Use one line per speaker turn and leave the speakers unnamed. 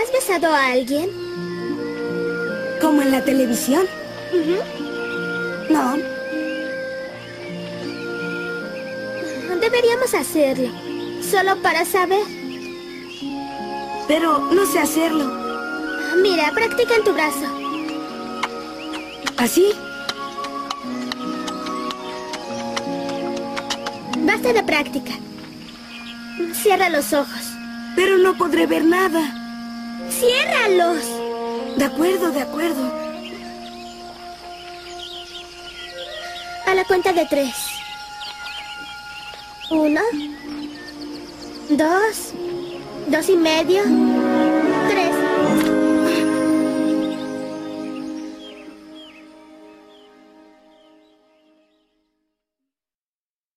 ¿Has besado a alguien?
¿Como en la televisión? No.
Deberíamos hacerlo. Solo para saber.
Pero no sé hacerlo.
Mira, practica en tu brazo.
¿Así?
Basta de práctica. Cierra los ojos.
Pero no podré ver nada.
¡Ciérralos!
De acuerdo, de acuerdo.
A la cuenta de tres. Uno. Dos. Dos y medio.